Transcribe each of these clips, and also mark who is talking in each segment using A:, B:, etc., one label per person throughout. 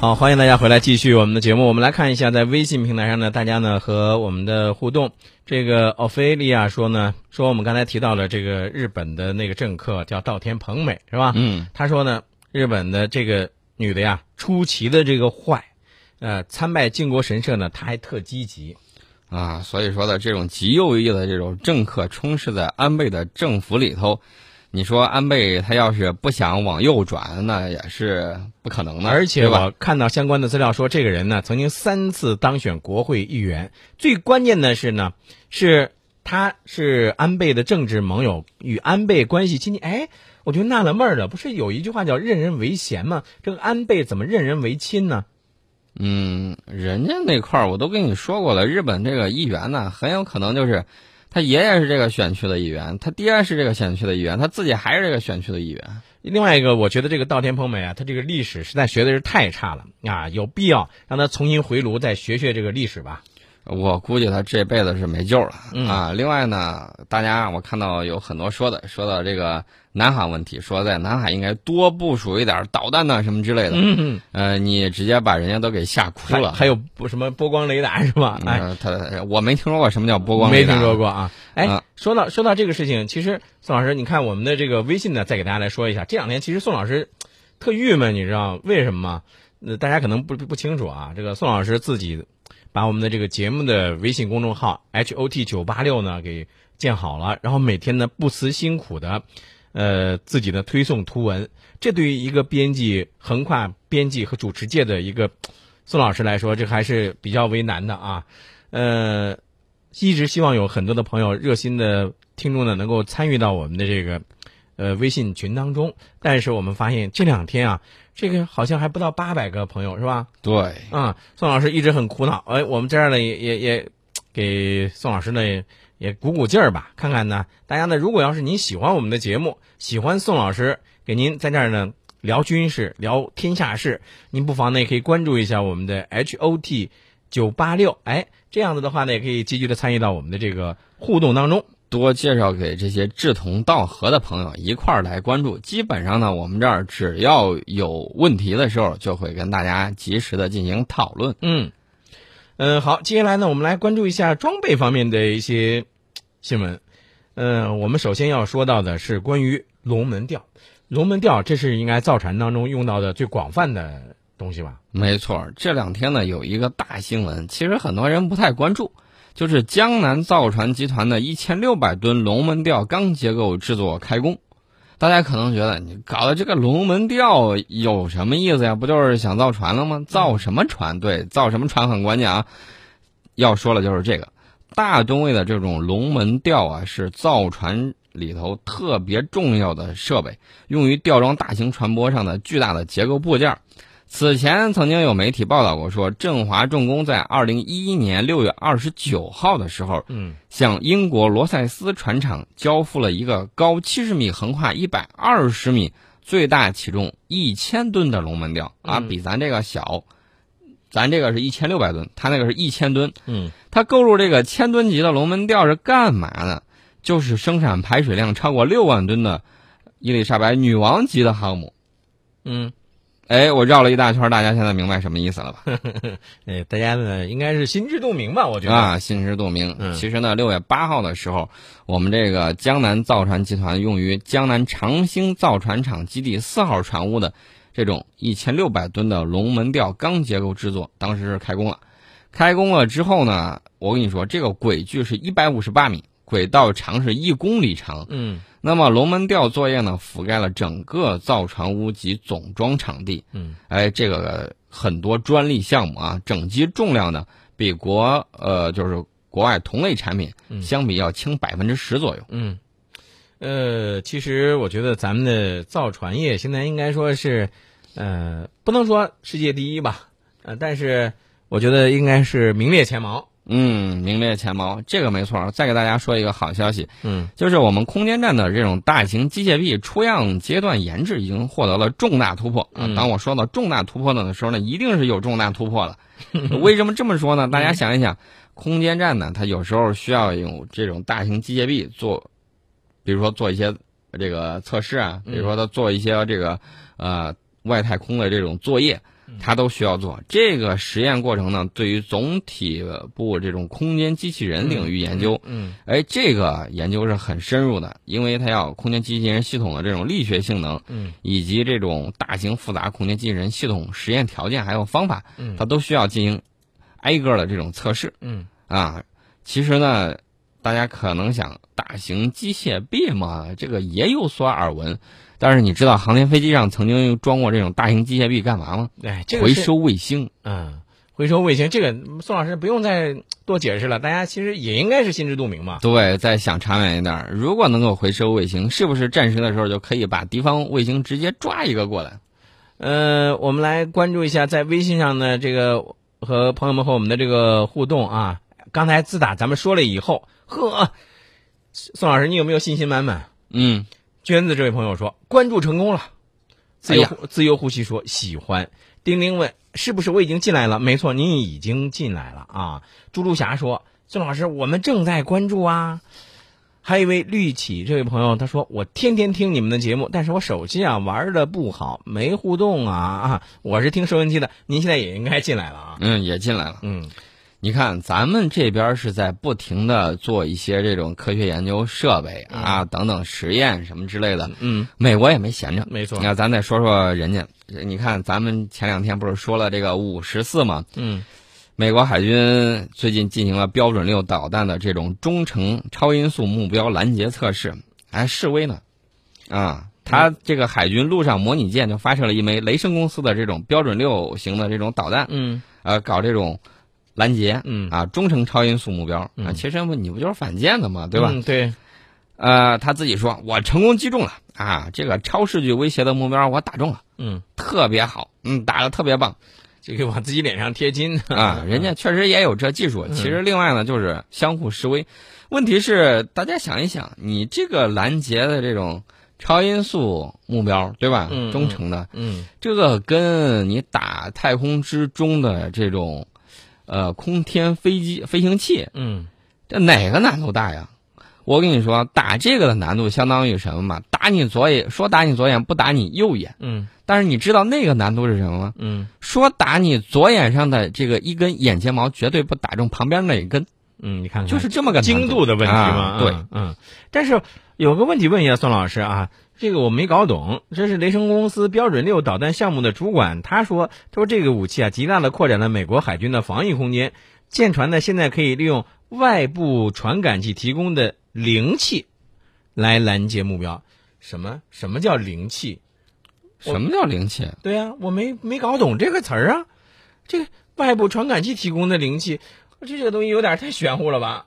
A: 好，欢迎大家回来继续我们的节目。我们来看一下，在微信平台上呢，大家呢和我们的互动。这个奥菲利亚说呢，说我们刚才提到了这个日本的那个政客叫稻田朋美，是吧？
B: 嗯，
A: 他说呢，日本的这个女的呀，出奇的这个坏，呃，参拜靖国神社呢，她还特积极。
B: 啊，所以说的这种极右翼的这种政客充斥在安倍的政府里头，你说安倍他要是不想往右转，那也是不可能的，
A: 而且
B: 对吧？
A: 我看到相关的资料说，这个人呢曾经三次当选国会议员。最关键的是呢，是他是安倍的政治盟友，与安倍关系亲近。哎，我就纳了闷儿了，不是有一句话叫“任人唯贤”吗？这个安倍怎么任人唯亲呢？
B: 嗯，人家那块儿我都跟你说过了，日本这个议员呢，很有可能就是他爷爷是这个选区的议员，他爹是这个选区的议员，他自己还是这个选区的议员。
A: 另外一个，我觉得这个稻田朋美啊，他这个历史实在学的是太差了啊，有必要让他重新回炉，再学学这个历史吧。
B: 我估计他这辈子是没救了、
A: 嗯
B: 啊！另外呢，大家我看到有很多说的，说到这个南海问题，说在南海应该多部署一点导弹呐、什么之类的。
A: 嗯，
B: 呃，你直接把人家都给吓哭
A: 还
B: 了。
A: 还有不什么波光雷达是吧？哎，
B: 嗯，他我没听说过什么叫波光雷
A: 没
B: 达
A: 听说过啊。哎，
B: 啊
A: 说到说到这个事情，其实宋老师，你看我们的这个微信呢，再给大家来说一下，这两天其实宋老师特郁闷，你知道为什么吗？呃，大家可能不不不清楚啊，这个宋老师自己把我们的这个节目的微信公众号 H O T 九八六呢给建好了，然后每天呢不辞辛苦的。呃，自己的推送图文，这对于一个编辑横跨编辑和主持界的一个宋老师来说，这还是比较为难的啊。呃，一直希望有很多的朋友、热心的听众呢，能够参与到我们的这个呃微信群当中。但是我们发现这两天啊，这个好像还不到八百个朋友，是吧？
B: 对，
A: 啊、宋老师一直很苦恼。哎，我们这儿呢也也也给宋老师呢也也鼓鼓劲儿吧，看看呢，大家呢如果要是您喜欢我们的节目，喜欢宋老师给您在这儿呢聊军事、聊天下事，您不妨呢也可以关注一下我们的 H O T 九八六，哎，这样子的话呢也可以积极的参与到我们的这个互动当中。
B: 多介绍给这些志同道合的朋友一块儿来关注。基本上呢，我们这儿只要有问题的时候，就会跟大家及时的进行讨论。
A: 嗯，嗯、好，接下来呢，我们来关注一下装备方面的一些嘖新闻。呃，我们首先要说到的是关于龙门吊。龙门吊，这是应该造船当中用到的最广泛的东西吧？
B: 没错，这两天呢有一个大新闻，其实很多人不太关注，就是江南造船集团的一千六百吨龙门吊钢结构制作开工。大家可能觉得你搞的这个龙门吊有什么意思呀？不就是想造船了吗？造什么船？对，造什么船很关键啊。要说了就是这个，大吨位的这种龙门吊啊，是造船里头特别重要的设备，用于吊装大型船舶上的巨大的结构部件儿。此前曾经有媒体报道过说，振华重工在二零一一年六月二十九号的时候，
A: 嗯，
B: 向英国罗塞斯船厂交付了一个高七十米、横跨一百二十米、最大体重一千吨的龙门吊啊，
A: 嗯
B: 比咱这个小，咱这个是一千六百吨，他那个是一千吨。
A: 嗯，
B: 他购入这个千吨级的龙门吊是干嘛呢？就是生产排水量超过六万吨的伊丽莎白女王级的航母。
A: 嗯，
B: 哎，我绕了一大圈，大家现在明白什么意思了吧？
A: 哎，大家呢应该是心知肚明吧？我觉得，
B: 啊，心知肚明。
A: 嗯
B: 其实呢，六月八号的时候，我们这个江南造船集团用于江南长兴造船厂基地四号船坞的这种一千六百吨的龙门吊钢结构制作，当时是开工了。开工了之后呢，我跟你说，这个轨距是一百五十八米，轨道长是一公里长。
A: 嗯
B: 那么龙门吊作业呢，覆盖了整个造船屋及总装场地。
A: 嗯
B: 哎，这个很多专利项目啊，整机重量呢比国呃就是国外同类产品
A: 嗯
B: 相比要轻百分之十左右。
A: 嗯，呃，其实我觉得咱们的造船业现在应该说是，呃，不能说世界第一吧，呃，但是我觉得应该是名列前茅。
B: 嗯，名列前茅，这个没错。再给大家说一个好消息，
A: 嗯。
B: 就是我们空间站的这种大型机械臂出样阶段研制已经获得了重大突破啊
A: 嗯！
B: 当我说到重大突破的时候呢，一定是有重大 突破了。为什么这么说呢？大家想一
A: 嗯
B: 想，空间站呢，它有时候需要有这种大型机械臂做，比如说做一些
A: 嗯
B: 这个测试啊，比如说它做一些这个呃外太空的这种作业。
A: 嗯
B: 它都需要做。这个实验过程呢，对于总体部这种空间机器人领域研究，
A: 嗯
B: 哎，这个研究是很深入的，因为它要空间机器人系统的这种力学性能，
A: 嗯，
B: 以及这种大型复杂空间机器人系统实验条件还有方法，
A: 嗯
B: 它都需要进行挨个儿的这种测试
A: 嗯
B: 啊。其实呢，大家可能想，大型机械臂嘛，这个也有所耳闻，但是你知道航天飞机上曾经装过这种大型机械臂干嘛吗？
A: 嗯，哎，这个
B: 回
A: 是
B: 收卫星。
A: 嗯，回收卫星这个，宋老师不用再多解释了，大家其实也应该是心知肚明嘛。
B: 对，再想长远一点儿，如果能够回收卫星，是不是战时的时候就可以把敌方卫星直接抓一个过来？
A: 呃，我们来关注一下在微信上呢，这个和朋友们和我们的这个互动啊。刚才自打咱们说了以后，呵，宋老师，你有没有信心满满？
B: 嗯，
A: 娟子这位朋友说关注成功了，自由、
B: 哎呀
A: 自由呼吸说喜欢。丁丁问是不是我已经进来了？没错，您已经进来了啊。猪猪侠说宋老师，我们正在关注啊。还有一位绿起这位朋友，他说我天天听你们的节目，但是我手机啊玩的不好，没互动啊啊，我是听收音机的。您现在也应该进来了啊。
B: 嗯，也进来了。
A: 嗯
B: 你看，咱们这边是在不停的做一些这种科学研究设备啊，等等实验什么之类的。
A: 嗯，
B: 美国也没闲着。
A: 没错。
B: 那咱再说说人家，你看咱们前两天不是说了这个五十四嘛？
A: 嗯
B: 美国海军最近进行了标准六导弹的这种中程超音速目标拦截测试，还示威呢，啊，他这个海军陆上模拟舰就发射了一枚雷声公司的这种标准六型的这种导弹，
A: 嗯
B: 呃，搞这种拦截，
A: 嗯，
B: 啊，中程超音速目标啊，
A: 嗯
B: 其实不你不就是反舰的嘛，对吧？
A: 嗯对，
B: 呃，他自己说，我成功击中了啊，这个超视距威胁的目标我打中了，
A: 嗯，
B: 特别好，嗯，打的特别棒
A: 这个往自己脸上贴金
B: 啊，人家确实也有这技术。其实
A: 嗯
B: 另外呢，就是相互示威。问题是，大家想一想，你这个拦截的这种超音速目标，对吧？
A: 嗯
B: 中程的
A: 嗯
B: 这个跟你打太空之中的这种，呃，空天飞机飞行器，
A: 嗯
B: 这哪个难度大呀？我跟你说，打这个的难度相当于什么嘛？打你左眼，说打你左眼，不打你右眼。
A: 嗯
B: 但是你知道那个难度是什么吗？
A: 嗯
B: 说打你左眼上的这个一根眼睫毛，绝对不打中旁边那一根，
A: 嗯，你看看，
B: 就是这么个难
A: 精度的问题嘛
B: 啊。对，
A: 嗯，嗯，但是有个问题问一下宋老师啊，这个我没搞懂，这是雷神公司标准六导弹项目的主管，他说，他说这个武器啊，极大的扩展了美国海军的防御空间，舰船呢现在可以利用外部传感器提供的灵气来拦截目标。什么什么叫灵气？
B: 什么叫灵气？
A: 对呀、我没没搞懂这个词儿啊， 这个外部传感器提供的灵气，这个东西有点太玄乎了吧？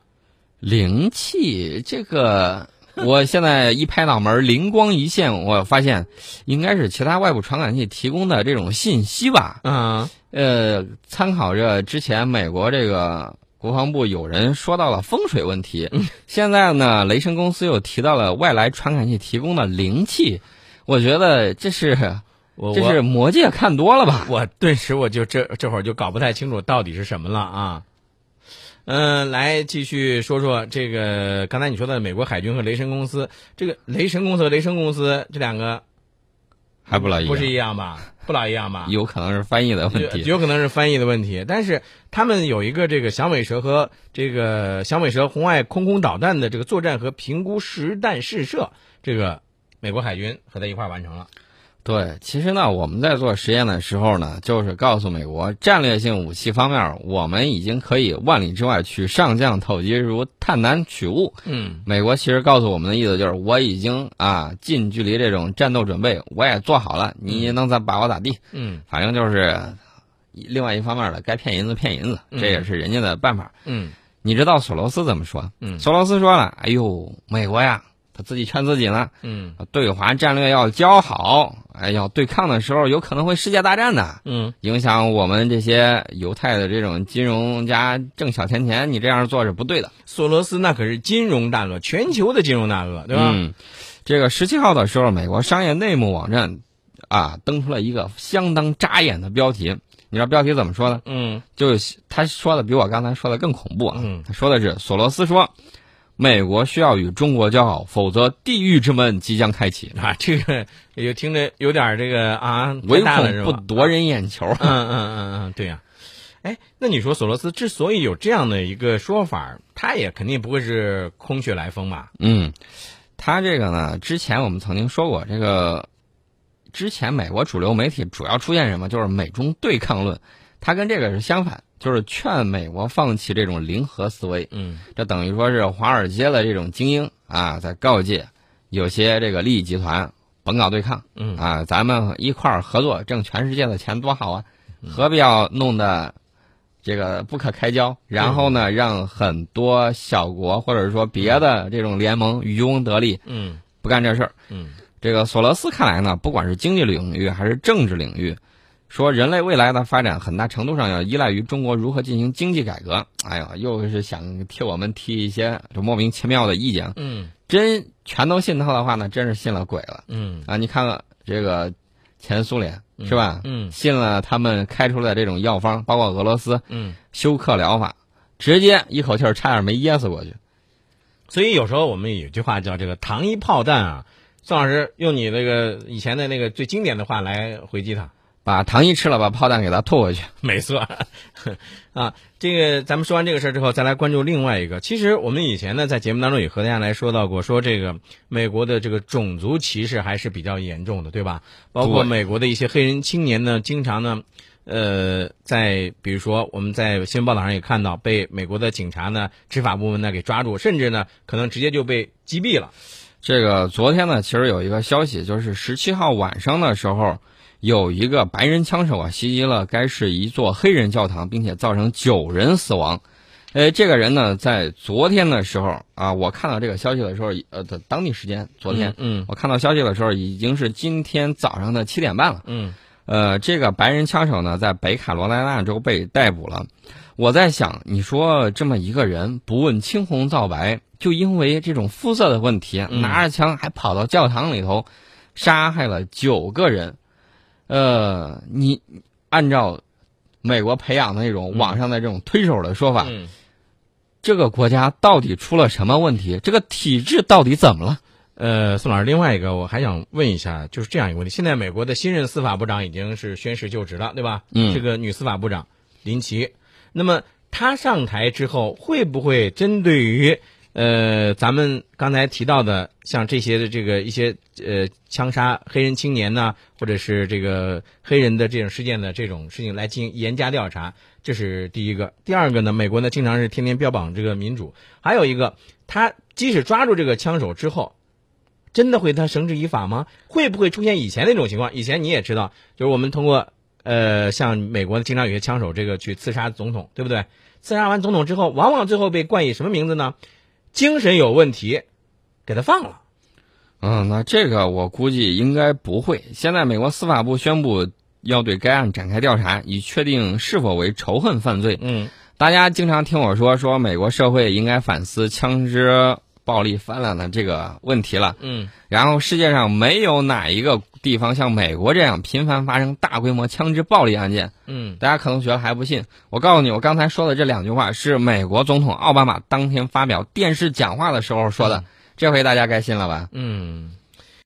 B: 灵气这个，我现在一拍脑门儿，灵光一现，我发现应该是其他外部传感器提供的这种信息吧。
A: 嗯
B: 呃，参考着之前美国这个国防部有人说到了风水问题，
A: 嗯
B: 现在呢，雷神公司又提到了外来传感器提供的灵气，我觉得这是
A: 我
B: 这
A: 我
B: 是魔界看多了吧？
A: 我顿时我就这这会儿就搞不太清楚到底是什么了啊。嗯、来继续说说这个刚才你说的美国海军和雷神公司，这个雷神公司和雷神公司这两个
B: 还不老一样
A: 不是一样吧？不老一样吧？
B: 有可能是翻译的问
A: 有
B: 题。
A: 有可能是翻译的问题，但是他们有一个这个响尾蛇和这个响尾蛇红外空空导弹的这个作战和评估实弹试射，这个美国海军和他一块儿完成了。
B: 对，其实呢，我们在做实验的时候呢，就是告诉美国，战略性武器方面，我们已经可以万里之外取上将讨击如探囊取物。
A: 嗯
B: 美国其实告诉我们的意思就是，我已经啊近距离这种战斗准备我也做好了，你能咋把我咋地？
A: 嗯
B: 反正就是另外一方面的，该骗银子骗银子，
A: 嗯
B: 这也是人家的办法。
A: 嗯
B: 你知道索罗斯怎么说？
A: 嗯
B: 索罗斯说了：“哎呦，美国呀，他自己劝自己呢，
A: 嗯
B: 对华战略要交好，哎，要对抗的时候有可能会世界大战的。”
A: 嗯
B: 影响我们这些犹太的这种金融家挣小钱钱，你这样做是不对的。
A: 索罗斯那可是金融大鳄，全球的金融大鳄，对吧？
B: 嗯，这个十七号的时候，美国商业内幕网站啊登出了一个相当扎眼的标题。你知道标题怎么说呢？
A: 嗯
B: 就是他说的比我刚才说的更恐怖啊！
A: 嗯
B: 他说的是索罗斯说，美国需要与中国交好，否则地狱之门即将开启。
A: 啊， 这个也听着有点这个啊，
B: 唯
A: 太大了
B: 恐
A: 是
B: 不
A: 吧？
B: 夺人眼球。
A: 嗯嗯嗯嗯，对呀、哎，那你说索罗斯之所以有这样的一个说法，他也肯定不会是空穴来风吧？
B: 嗯，他这个呢，之前我们曾经说过，这个之前美国主流媒体主要出现什么，就是美中对抗论，他跟这个是相反，就是劝美国放弃这种零和思维。
A: 嗯
B: 这等于说是华尔街的这种精英啊，在告诫有些这个利益集团甭搞对抗
A: 嗯
B: 啊，咱们一块儿合作，挣全世界的钱多好啊，何必要弄得这个不可开交？然后呢，让很多小国或者说别的这种联盟渔翁得利，
A: 嗯
B: 不干这事儿。
A: 嗯
B: 这个索罗斯看来呢，不管是经济领域还是政治领域，说人类未来的发展很大程度上要依赖于中国如何进行经济改革。哎呀，又是想替我们提一些这莫名其妙的意见，啊
A: 嗯
B: 真全都信他的话呢，真是信了鬼了
A: 嗯，
B: 啊！你看看这个前苏联
A: 嗯
B: 是吧？
A: 嗯
B: 信了他们开出来的这种药方，包括俄罗斯
A: 嗯，
B: 休克疗法，直接一口气儿差点没噎死过去。
A: 所以有时候我们有句话叫这个“糖衣炮弹”啊。宋老师用你那个以前的那个最经典的话来回击他，
B: 把糖衣吃了，把炮弹给它吐回去。
A: 没错，啊，这个咱们说完这个事儿之后，再来关注另外一个。其实我们以前呢，在节目当中也和大家来说到过，说这个美国的这个种族歧视还是比较严重的，对吧？包括
B: 对
A: 美国的一些黑人青年呢，经常呢，呃，在比如说我们在新闻报道上也看到，被美国的警察呢、执法部门呢给抓住，甚至呢可能直接就被击毙了。
B: 这个昨天呢，其实有一个消息，就是十七号晚上的时候，有一个白人枪手啊袭击了该市一座黑人教堂，并且造成九人死亡。呃，这个人呢，在昨天的时候啊，我看到这个消息的时候，呃，当地时间昨天、
A: 嗯
B: 我看到消息的时候，已经是今天早上的七点半了。
A: 嗯
B: 呃，这个白人枪手呢，在北卡罗来纳州被逮捕了。我在想，你说这么一个人不问青红皂白，就因为这种肤色的问题，
A: 嗯
B: 拿着枪还跑到教堂里头，杀害了九个人。呃，你按照美国培养的那种
A: 嗯
B: 网上的这种推手的说法，
A: 嗯，
B: 这个国家到底出了什么问题？这个体制到底怎么了？
A: 呃，宋老师，另外一个我还想问一下，就是这样一个问题：现在美国的新任司法部长已经是宣誓就职了，对吧？
B: 嗯
A: 这个女司法部长林奇，那么她上台之后，会不会针对于呃咱们刚才提到的像这些的这个一些呃枪杀黑人青年呐，或者是这个呃黑人的这种事件的这种事情来进行严加调查？这是第一个。第二个呢，美国呢经常是天天标榜这个民主，还有一个，他即使抓住这个枪手之后。真的会他绳之以法吗？会不会出现以前那种情况？以前你也知道，就是我们通过呃，像美国经常有些枪手这个去刺杀总统，对不对？刺杀完总统之后，往往最后被冠以什么名字呢？精神有问题，给他放了。
B: 嗯，那这个我估计应该不会。现在美国司法部宣布要对该案展开调查，以确定是否为仇恨犯罪。
A: 嗯
B: 大家经常听我说，说美国社会应该反思枪支暴力泛滥的这个问题了。
A: 嗯
B: 然后世界上没有哪一个地方像美国这样频繁发生大规模枪支暴力案件。
A: 嗯
B: 大家可能觉得还不信，我告诉你，我刚才说的这两句话是美国总统奥巴马当天发表电视讲话的时候说的，这回大家该信了吧？
A: 嗯，